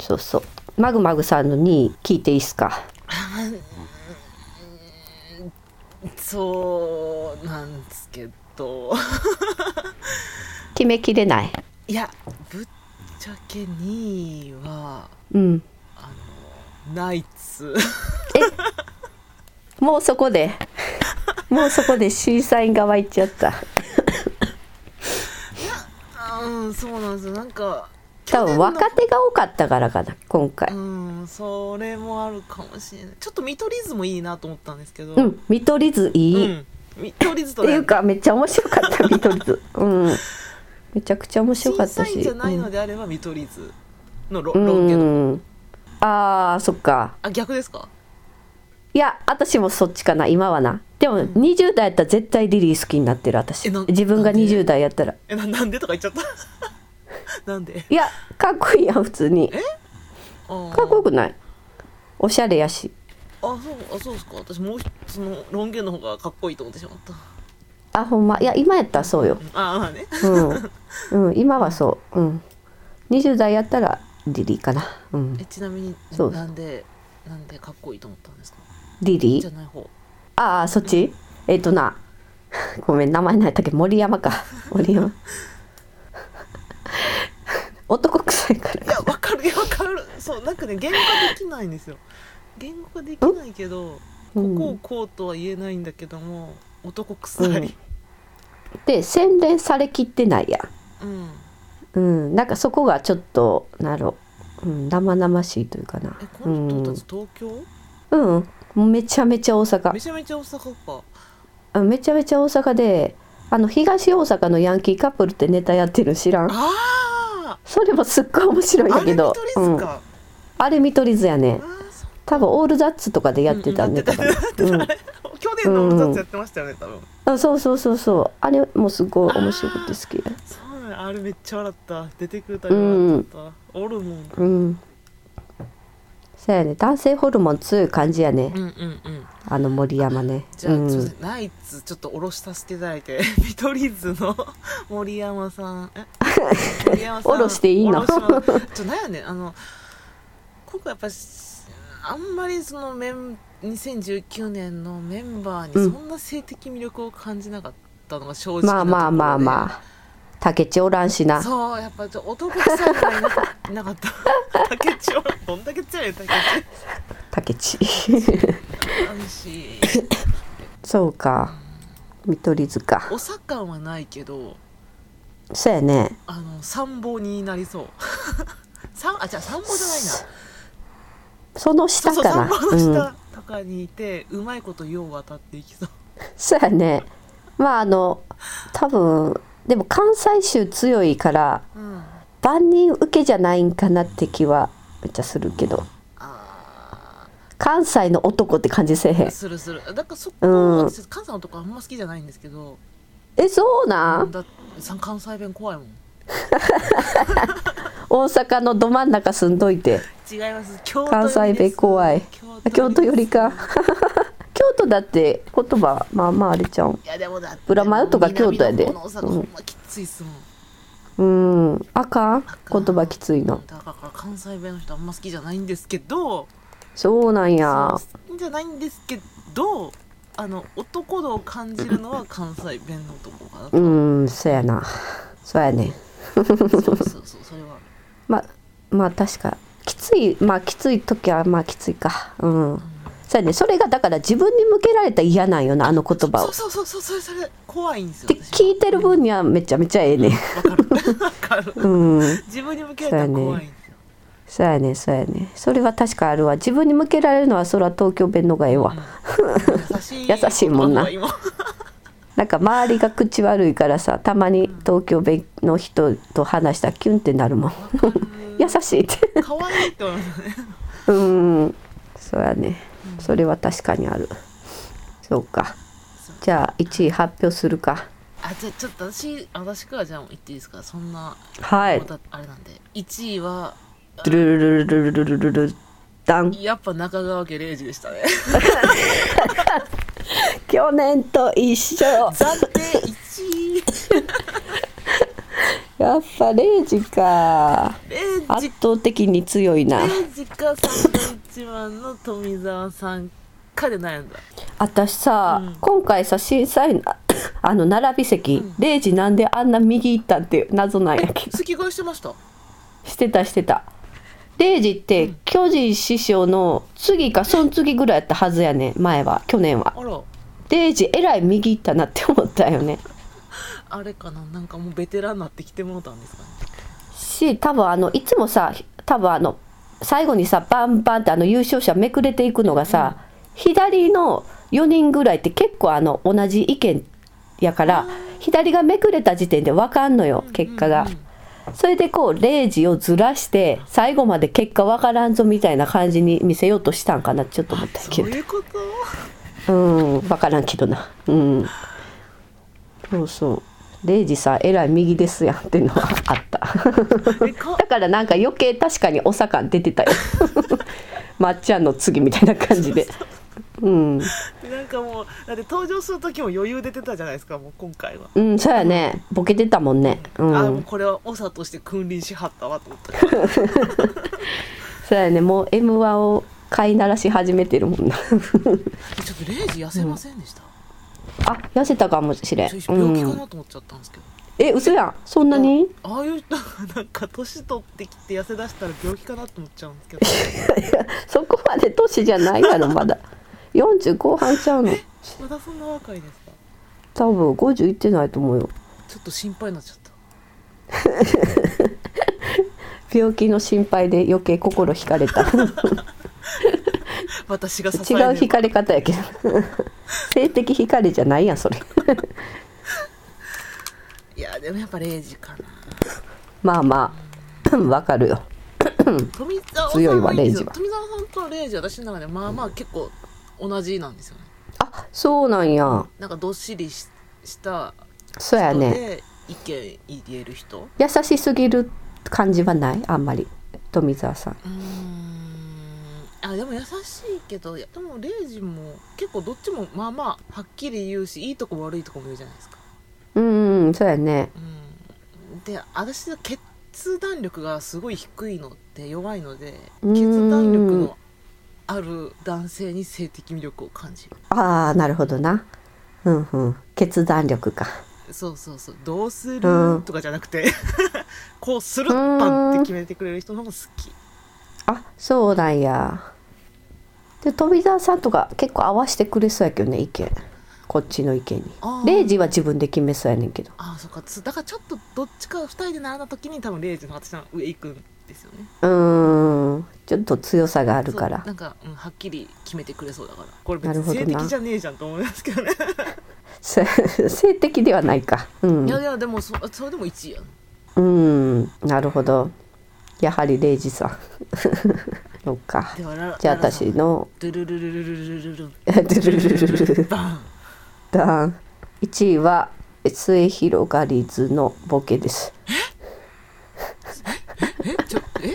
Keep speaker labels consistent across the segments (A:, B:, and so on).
A: そうそうマグマグさんのに聞いていいっすか
B: そうなんですけど
A: 決めきれない
B: いやぶっちゃけ2位は
A: うん
B: ナイツ
A: もうそこ でもうそこで審査員側行っちゃった
B: うんそうなんですよなんか
A: 多分
B: 去年の
A: 若手が多かったからかな今回
B: うんそれもあるかもしれないちょっと見取り図もいいなと思ったんですけど
A: うん見取り図いい、
B: う
A: っ
B: ん見取り図と
A: てい
B: ね
A: うかめっちゃ面白かった見取り図うんめちゃくちゃ面白か
B: 審
A: った
B: 査
A: し
B: 員じゃないのであれば見取り図のロ
A: う
B: ロン毛の
A: んうんあーそっか
B: あ逆ですか
A: いや私もそっちかな今はなでも20代やったら絶対リリー好きになってる私
B: えなん
A: 自分が
B: なんで
A: 20代やったら
B: えななんでとか言っちゃった なんで
A: いやかっこいいやん普通にか
B: か
A: っこよくないおしゃれやし
B: あそうあそうですか私もうひそのロン毛の方がかっこいいと思ってしまった
A: あほんまいや今やったらそうよ
B: あまあね
A: うん、うん、今はそううん20代やったらリリーかなうん
B: えちなみに
A: そうです
B: なんでなんでかっこいいと思ったんですか
A: リリ
B: じゃ
A: ー
B: ない方
A: ああそっちえっ、となごめん名前ないったっけ森山か森山 男臭いから
B: いやわかるわかるそうなんかね言語化できないんですよ言語化できないけど
A: う
B: こ
A: ん
B: こをこうとは言えないんだけども男臭い
A: で洗練されきってないやん
B: うん
A: うん、なんかそこがちょっとなんやろ、うん、生々しいというかな
B: えこの人たち東京
A: うん、うんもうめちゃめちゃ大
B: め
A: 阪
B: ちゃめちゃ大阪か
A: あめちゃめちゃ大阪であの東大阪のヤンキーカップルってネタやってるの知らん
B: あ
A: それもすっごい面白いん
B: ーあ
A: だ
B: れ
A: け
B: 見
A: ど
B: 取り
A: う
B: 図
A: ん、
B: か
A: あれ見取り図やね
B: あーそう
A: 多分オールザッツとかでやってた
B: うんんや
A: だ
B: って
A: か
B: た
A: ら、うん
B: 去年の2つやってましたよね多分
A: あそうそうそうそうあれもすごい面白くて好きや
B: そうなんやあれめっちゃ笑った出てくるたび笑っちゃった、おるもん
A: うんそうやね男性ホルモン強い感じやね
B: うんうんうん
A: あの森山ね
B: じゃあ、
A: うん
B: すいませんナイツちょっと下ろしさせていただいて 見取り図の 森山さん え森山
A: 下ろしていいの
B: 下ろしますちょなんやねんあの今回やっぱしあんまりそのメン2019年のメンバーにそんな性的魅力を感じなかったのが正直な
A: まあまあまあま
B: あ
A: あ竹千おらんしな
B: そうやっぱちょっと男臭いのがいなかった いなかった竹千代どんだけ強い竹千代
A: 竹千
B: あるし
A: そうか見取り図か
B: お酒はないけど
A: そうやね
B: あの参謀になりそう 三あじゃあ参謀じゃないな
A: その下
B: そうそう
A: か
B: 参
A: な
B: 謀の
A: うん
B: 下とかにいて、うまいこと用を渡っていきそう
A: そうやねまああの多分でも関西州強いから
B: うんあ
A: 万人受けじゃないんかなって気はめっちゃするけど
B: あ
A: 関西の男って感じせえへん
B: するするだからそこ、
A: うん
B: 私関西のとこあんま好きじゃないんですけど
A: えそうなん
B: ださ関西弁怖いもん
A: 大阪のど真ん中住んどいて
B: 違います京都
A: 関西弁怖いあ京都よりか 京都だって言葉まあまああれちゃうん
B: いやでもだって
A: ブラマヨとか京都やで
B: 南の方の大阪ほんまきついっすもん
A: うんあかん言葉きついの
B: だから関西弁の人あんま好きじゃないんですけど
A: そうなんや
B: そうじゃないんですけどあの男度を感じるのは関西弁の男かな
A: うんそやなそうやね
B: そうそうそうそれは
A: まあまあ確かきついまあきつい時はまあきついかうんそうやねそれがだから自分に向けられたら嫌なんよなあの言葉を
B: そう
A: っ
B: そうそうそうそれそれ怖いんですよ
A: て
B: 私は
A: 聞いてる分にはめちゃめちゃええね
B: わかる わかる
A: うん
B: 自分に向けられたら怖いんですよ
A: そうやねそうやねそれは確かあるわ自分に向けられるのはそれは東京弁のがええわ、
B: 優しい
A: 優しいもんな
B: 今
A: なんか周りが口悪いからさたまに東京弁の人と話したらキュンってなるもん 優しいって
B: 可愛いって思いますね
A: うんそうやねそれは確かにあるそうかじゃあ1位発表するか
B: あじゃあちょっと私私からじゃあ言っていいですかそんな
A: はい
B: もうだあれなんで1位は
A: ドゥルルルルルルルルルルダン
B: やっぱ中川家礼二でし たね
A: 去年と一緒
B: 暫定1位
A: やっぱレイジか
B: レイ
A: 圧
B: ジ
A: 倒的に強いな
B: レイジかサンドウィッチマンの富澤さんかで悩んだ
A: 私さ、
B: うん
A: 今回さ審査員ああの並び席、レイジなんであんな右行ったんって謎なんやけど
B: 席替えしてました
A: してたしてたレイジって、巨人師匠の次かその次ぐらいやったはずやね前は去年は
B: あら
A: レイジえらい右行ったなって思ったよね
B: あれかななんかもうベテランになってきてもうたんですかね
A: し多分あのいつもさ多分あの最後にさバンバンってあの優勝者めくれていくのがさ、左の4人ぐらいって結構あの同じ意見やから左がめくれた時点で分かんのよ結果が、
B: うんうん
A: それでこう0時をずらして最後まで結果分からんぞみたいな感じに見せようとしたんかなってちょっと思ったけ
B: そ
A: ど
B: ういうこと
A: うん分からんけどなうんそうそう0時さえらい右ですやんっていうのはあった
B: えか
A: だからなんか余計確かにお坂出てたよ まっちゃんの次みたいな感じでうん
B: なんかもうだって登場する時も余裕で出てたじゃないですかもう今回は、
A: うんそうやねボケてたもんねう
B: あもうんこれは長として君臨しはったわと思ったから
A: そうやねもう m 1を飼いならし始めてるも んな
B: ちょっとレイジ痩せませんでした、
A: あ痩せたかもしれん、
B: ちょ一
A: う
B: 瞬病気か
A: ん、
B: なと思っちゃったんですけど、
A: え嘘やんそんなに
B: ああいう人なんか年取ってきて痩せ出したら病気かなと思っちゃうんですけど
A: そこまで年じゃないやろまだ40後半ちゃうの
B: まだそんな若いですか
A: 多分50いってないと思うよ
B: ちょっと心配になっちゃった
A: 病気の心配で余計心惹かれ た
B: 私が支
A: 違
B: え
A: う
B: ねば
A: 惹かれ方や けど性的惹かれじゃないやんそれ
B: いやでもやっぱレイジかな
A: まあまあ わかるよ
B: 富澤さん
A: 強いわ
B: いいで
A: レ
B: す
A: イジ
B: よ
A: は
B: 富澤さんとレイジは私の中でまあまあ結構同じなんですよね
A: あそうなんや
B: なんかどっしりしした
A: そうやね
B: で意見言える人
A: 優しすぎる感じはないあんまり富澤さん
B: うーんあでも優しいけどいやでもレイジも結構どっちもまあまあはっきり言うしいいとこ悪いとこも言うじゃないですか
A: うんうんそうやね
B: うんで私は決断力がすごい低いので弱いので
A: うーん
B: 決断力のある男性に性的魅力を感じる
A: ああなるほどなうんうん決断力か
B: そうそうそうどうする
A: うん
B: とかじゃなくて こうするパンって決めてくれる人の方が好き
A: あそうなんやで富澤さんとか結構合わせてくれそうやけどね意見こっちの意見に
B: あー
A: レイジは自分で決めそうやねんけど
B: ああそっかつだからちょっとどっちか2人で並んだ時に多分レイジの私の上行くんですよね
A: うーんちょっと強さがあるか
B: そう
A: ら
B: なんか、うん、はっきり決めてくれそうだからこれ別
A: なる
B: に
A: ほど
B: 性
A: な
B: 的じゃねえじゃんと思いますけどね
A: そう 性的ではないかうん
B: いやいやでもそそれでも1位やん
A: うんなるほどやはりレイジさん そっか
B: ではララ
A: じゃあ
B: ララさ
A: 私
B: ん
A: の
B: ドゥルルルルルルルルルン
A: ドゥルルルルルル
B: バン
A: ダン1位は末広がり図のボケです
B: えちょえ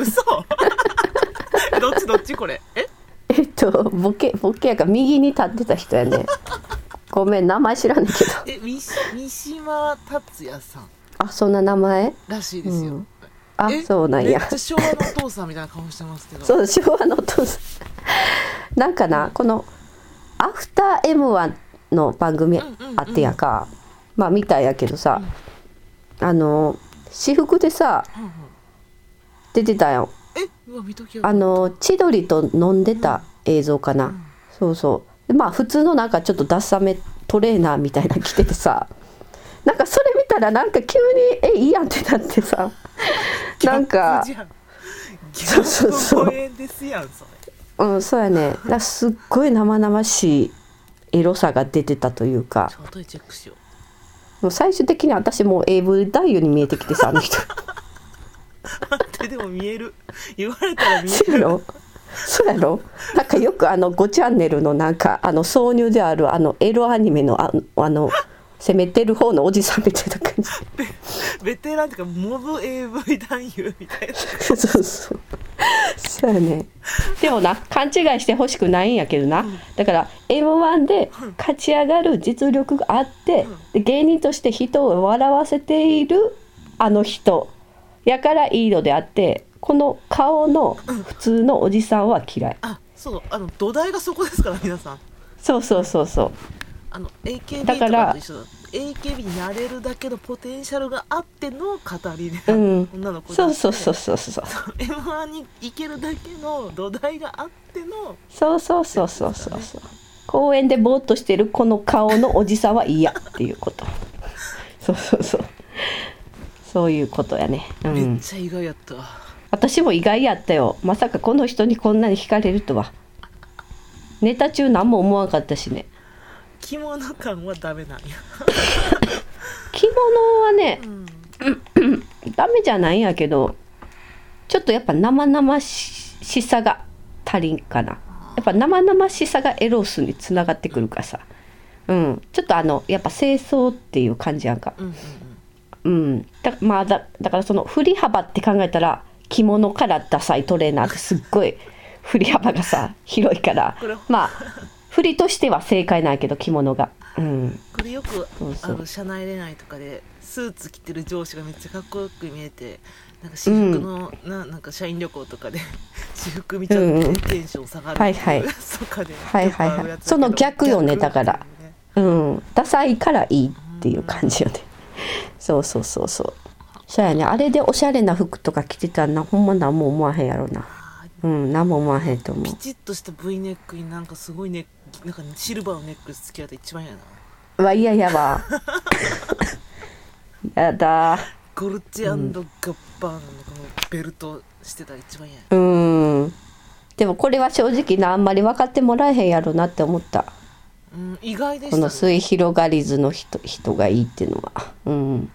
B: 嘘 どっちどっちこれえ
A: えっとボケボケやから右に立ってた人やねごめん名前知らんねんけど
B: えみし三島達也さん
A: あそんな名前
B: らしいですよ、
A: あ
B: え
A: そうなん
B: めっ
A: や
B: ちゃ昭和のお父さんみたいな顔してますけど
A: そう昭和のお父さんなんかなこの「アフター m 1の番組
B: んうんうん
A: あってやか、まあ見たんやけどさ、あの私服でさ
B: うんうん
A: 出てたよ
B: えうわ見ときよ
A: あの千鳥と飲んでた映像かな、そうそうでまあ普通のなんかちょっとダッサめトレーナーみたいなの着ててさなんかそれ見たらなんか急に「えいいやん」ってなってさなんか
B: ギャップじゃん
A: そうそうそう
B: ギャップ萌えですやんそれ
A: うんそうやねなんかすっごい生々しいエロさが出てたというか
B: ちょっとチェックしよう
A: もう最終的に私もう AV 男優に見えてきてさあの人
B: 待ってでも見える言われた ら見え
A: そうや
B: る
A: ろそうやろなんかよくあの5チャンネルのなんかあの挿入であるあのエロアニメのああの攻めてる方のおじさんみたいな感じ
B: ベテランっていうかモブ AV 男優みたいな
A: そうそうそうやねでもな勘違いしてほしくないんやけどな、だから m 1で勝ち上がる実力があって、で芸人として人を笑わせているあの人やからいいのであってこの顔の普通のおじさんは嫌い、
B: あそうあの土台がそこですから皆さん
A: そうそうそうそう
B: あの AKB
A: だ
B: と
A: から
B: かと一緒だ AKB になれるだけのポテンシャルがあっての語りで、
A: うん
B: 女の子
A: そうそうそううそうそう
B: m 1に行けるだけの土台があっての
A: そうそうそうそうそうそう公園でぼーっとしてるこの顔のおじさんは嫌っていうことそうそうそうそういうことやねう
B: めっ
A: ん
B: ちゃ意外やった、
A: 私も意外やったよまさかこの人にこんなに惹かれるとはネタ中何も思わんかったしね
B: 着物感はダメなんや、
A: 着物はね
B: うん、
A: ダメじゃないんやけどちょっとやっぱ生々ししさが足りんかなやっぱ生々しさがエロスにつながってくるからさうんちょっとあのやっぱ清掃っていう感じやんか
B: うんうん
A: うんだ,、まあ、だだからその振り幅って考えたら着物からダサいトレーナーってすっごい振り幅がさ広いから
B: これ
A: まあ振りとしては正解なんやけど着物がうん
B: これよく
A: そうそう
B: あの社内恋愛とかでスーツ着てる上司がめっちゃかっこよく見えてなんか私服の、ななんか社員旅行とかで 私服見ちゃっ
A: うんうん
B: てテンション下がるってう
A: はいはい
B: そっかで
A: はいはいはい
B: よくあるやつだけど
A: その逆よねだから
B: 逆ね
A: うん、ダサいからいいっていう感じよね。そうそうそうそう。そうやね。あれでおしゃれな服とか着てたらな、ほんまなんも思わへんやろな。
B: あー
A: うん、なんも思わへんと思
B: ピ
A: う。
B: チッとした V ネックになんかすごいネックなんかシルバーのネックレスつけられたら一番嫌やな
A: うわ、いやいやわ。 やだ。
B: ゴルチガッバーのこのベルトしてたら一番嫌や
A: うん。でもこれは正直な、あんまり分かってもらえへんやろなって思った。
B: うん、意外でし
A: こ
B: た、
A: の末広がりずの人人がいいっていうのは。うん。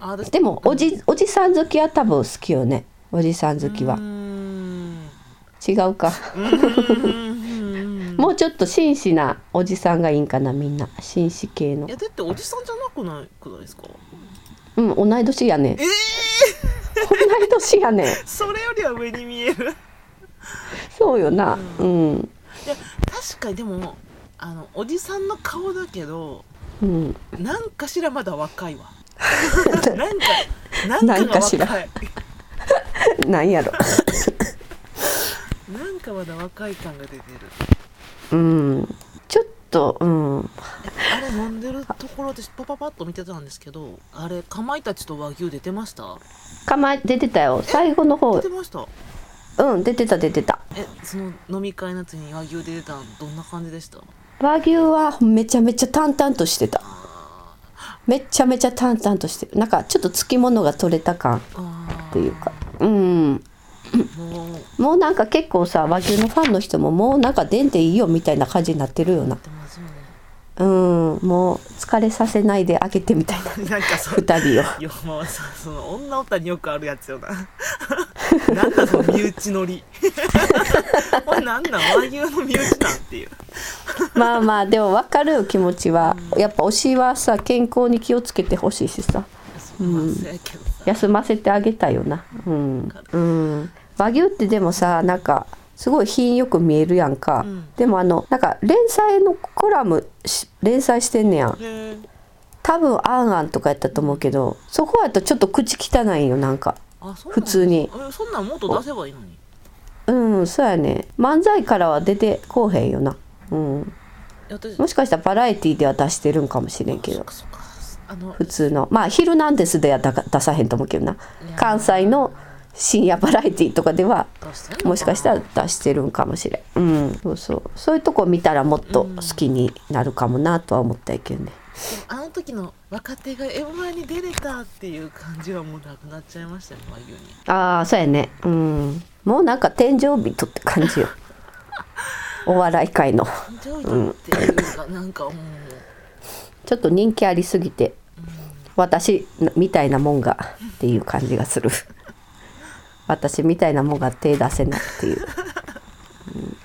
B: あ私
A: でも、おじ、おじさん好きは多分好きよね。おじさん好き
B: う
A: は
B: ー。ん
A: 違うか。
B: うーん
A: もうちょっと紳士なおじさんがいいんかなみんな紳士系の
B: いやだっておじさんじゃなくないくないですか
A: うん同い年やね
B: え
A: 同い年やね
B: それよりは上に見える
A: そうよなうん
B: いや確かにでもあのおじさんの顔だけど
A: うん
B: なんかしらまだ 若いわなんかなん
A: な
B: か
A: ん
B: が
A: かし
B: 若い
A: らなんやろ
B: なんかまだ若い感が出てる
A: うんちょっとうん
B: あれ飲んでるところ私パパパッと見てたんですけどあれかまいたちと和牛出てました
A: かまえ出てたよ最後の方
B: 出てました
A: うん出てた出てた
B: えその飲み会のやつに和牛で出たのどんな感じでした
A: 和牛はめちゃめちゃ淡々としてためちゃめちゃ淡々としてるなんかちょっとつきものが取れた感っ
B: あ
A: ていうかうん
B: あもう出
A: もうなんか結構さ和牛のファンの人ももうなんか出んでいいよみたいな感じになってるよな
B: てますよね
A: うんもう疲れさせないであげてみたいな
B: なんかそう
A: 二人を
B: よまあさその女オタによくあるやつよな なんだその身内乗り これなんなん和牛の身内なんていう
A: まあまあでも分かる気持ちはやっぱ推しはさ健康に気をつけてほしいしさ
B: まあそうやけどさ
A: 休ませてあげたいよなうん、うん、和牛ってでもさなんかすごい品よく見えるやんか、
B: うん
A: でもあのなんか連載のコラムし連載してんねやん
B: で
A: 多分「あんあん」とかやったと思うけどそこやとちょっと口汚いよなんか
B: あそうなん
A: 普通に
B: えそんなんもっと出せばいいのに
A: うんそうやね漫才からは出てこうへんよなうん
B: いや私
A: もしかしたらバラエティでは出してるんかもしれんけ
B: そっ
A: ど
B: かそっかあの
A: 普通のまあ「ヒルナンデス」ではだ出さへんと思うけどな
B: や
A: 関西の深夜バラエティとかでは
B: 出してんのな
A: もしかしたら出してるんかもしれんうんそうそうそういうとこ見たらもっと好きになるかもなとは思ったんやけどね
B: でもあの時の若手が m 1に出れたっていう感じはもうなくなっちゃいましたね和牛に
A: ああそうやねうんもうなんか天井人って感じよお笑い界の
B: ジョイドっていうかなんかもう
A: ちょっと人気ありすぎて私みたいなもんがっていう感じがする私みたいなもんが手出せないっていう